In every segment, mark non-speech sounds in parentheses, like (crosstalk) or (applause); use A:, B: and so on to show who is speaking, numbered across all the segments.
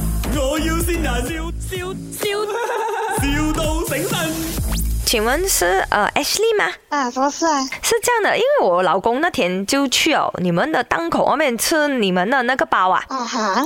A: 要先人，笑笑笑，,笑到醒神。
B: 请问是呃 Ashley 吗？
C: 啊，不是，
B: 是这样的，因为我老公那天就去了你们的档口外面吃你们的那个包啊，
C: 啊哈，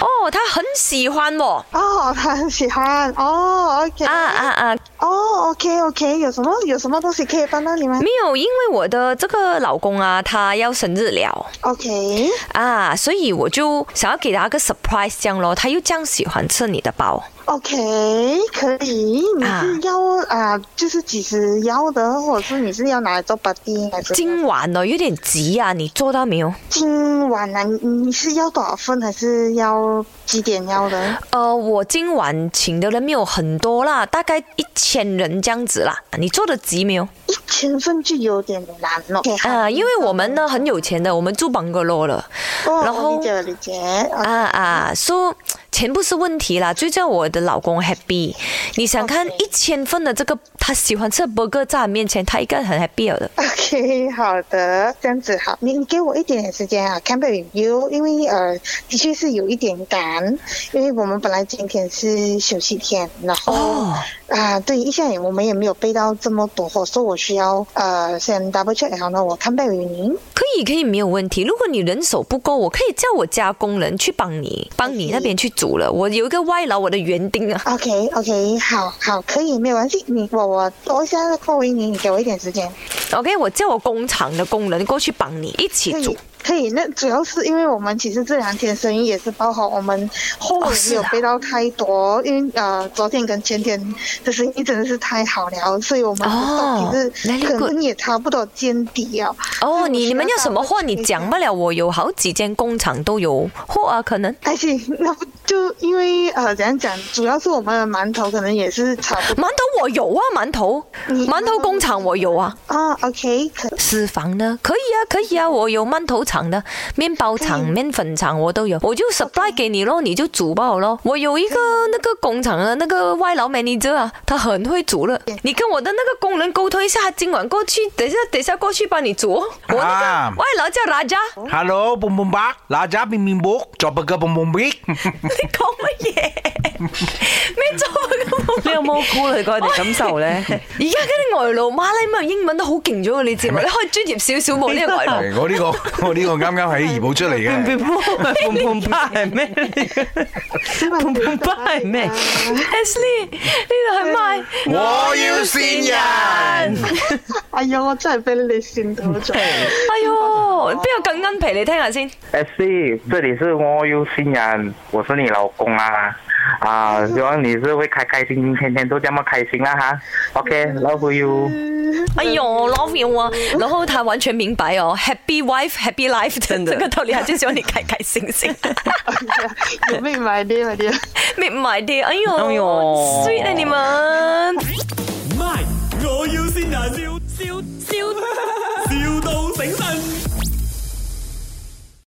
B: 哦，他很喜欢哦，
C: 哦，他很喜欢，哦，OK，
B: 啊啊啊，
C: 哦，OK，OK，有什么有什么东西可以帮到你们
B: 没有，因为我的这个老公啊，他要生日了
C: ？OK，
B: 啊，所以我就想要给他个 surprise 这样咯，他又这样喜欢吃你的包，
C: OK，可以。你
B: 啊
C: 是要啊、就是几时要的，或者是你是要拿来做 party 还是
B: 今晚呢有点急啊，你做到没有？
C: 今晚呢？你你是要多少份，还是要几点要的？
B: 呃，我今晚请的人没有很多啦，大概一千人这样子啦，你做的急没有？
C: 一千份就有点难了。OK，好
B: 啊，因为
C: 嗯
B: 我们呢很有钱的，我们住 b u 罗了。
C: 哦
B: 然后
C: 我理解我理解。啊
B: 啊啊，说、钱不是问题啦，最叫我的老公 happy。你想看
C: OK
B: 一千份的这个他喜欢吃的 burger 在他面前，他一个人很 happy 了的。
C: (laughs) OK，好的，这样子好，你你给我一点点时间啊，come back with you，因为呃，的确是有一点赶，因为我们本来今天是休息天，然后
B: 哦
C: 啊、对，一下也我们也没有背到这么多，所以我需要呃先 double check，然后呢，我 come back with 您。
B: 可以可以，没有问题。如果你人手不够，我可以叫我家工人去帮你，帮你那边去煮了。我有一个外劳，我的园丁啊。
C: OK OK，好好，可以，没有关系，你我我我现在 call 维你，你给我一点时间。
B: OK，我叫我工厂的工人过去帮你一起
C: 可以
B: 煮。
C: 可以，那主要是因为我们其实这两天生意也是爆好，我们后
B: 哦
C: 面没
B: 是啊
C: 有背到太多，因为呃昨天跟前天的生意真的是太好了，所以我们
B: 哦
C: 的其
B: very
C: 实
B: good
C: 可能也差不多见底了。
B: 哦，
C: 我
B: 你
C: 嗯需
B: 你们
C: 要
B: 要什么
C: 大
B: 货？
C: 概
B: 你
C: 一
B: 讲
C: 下
B: 不了，我有好几间工厂都有货啊，可能。
C: 而且哎那不就因为呃怎样讲，主要是我们的馒头可能也是差不多
B: 馒头我有啊，馒头，
C: 你
B: 馒头工厂我有啊。
C: 啊、o k 可
B: 私房呢？可以啊，可以啊，我有馒头厂的、面包厂、
C: 可以
B: 面粉厂我都有，我就 supply 给你咯，你就煮吧咯。我有一个那个工厂啊的那个外劳 manager 啊，他很会煮了。
C: 嗯
B: 你跟我的那个工人沟通一下，今晚过去，等一下等一下过去帮你煮哦。我那
D: 啊
B: 个外劳叫 Raja，
D: Hello，蹦蹦吧，哪吒冰冰波，做不个蹦蹦冰。
B: 你讲乜嘢？咩做咁？
E: 你有冇顧慮過佢哋感受咧？
B: 而家嗰啲外勞馬拉咪英文都好勁咗喎，啊你知嘛？你可以專業少少冇呢個外勞。
D: 我呢、個我呢個啱啱喺怡寶出嚟
E: 砰
D: 嘅。
E: 砰砰啪係咩？
C: 啊
E: 砰砰啪係咩？
B: Ashley，呢度係啊咪？
D: 我要善人。
C: 哎呀，我真係俾你扇到
B: (laughs)
C: 咗。
B: 哎呦，邊有更恩皮？你聽下先。
F: S C，这里是我有新人，我是你老公啊啊，希望你是会开开心心，天天都这么开心啊哈。OK，love、you。
B: 哎呦，love you 啊！然后他完全明白哦，Happy wife, Happy life，真的这个道理，他啊就希望你开开心 (laughs) 心。
C: 有没有买的？买的。
B: 明白的，哎呦，
E: 哎呦
B: sweet 啊你们。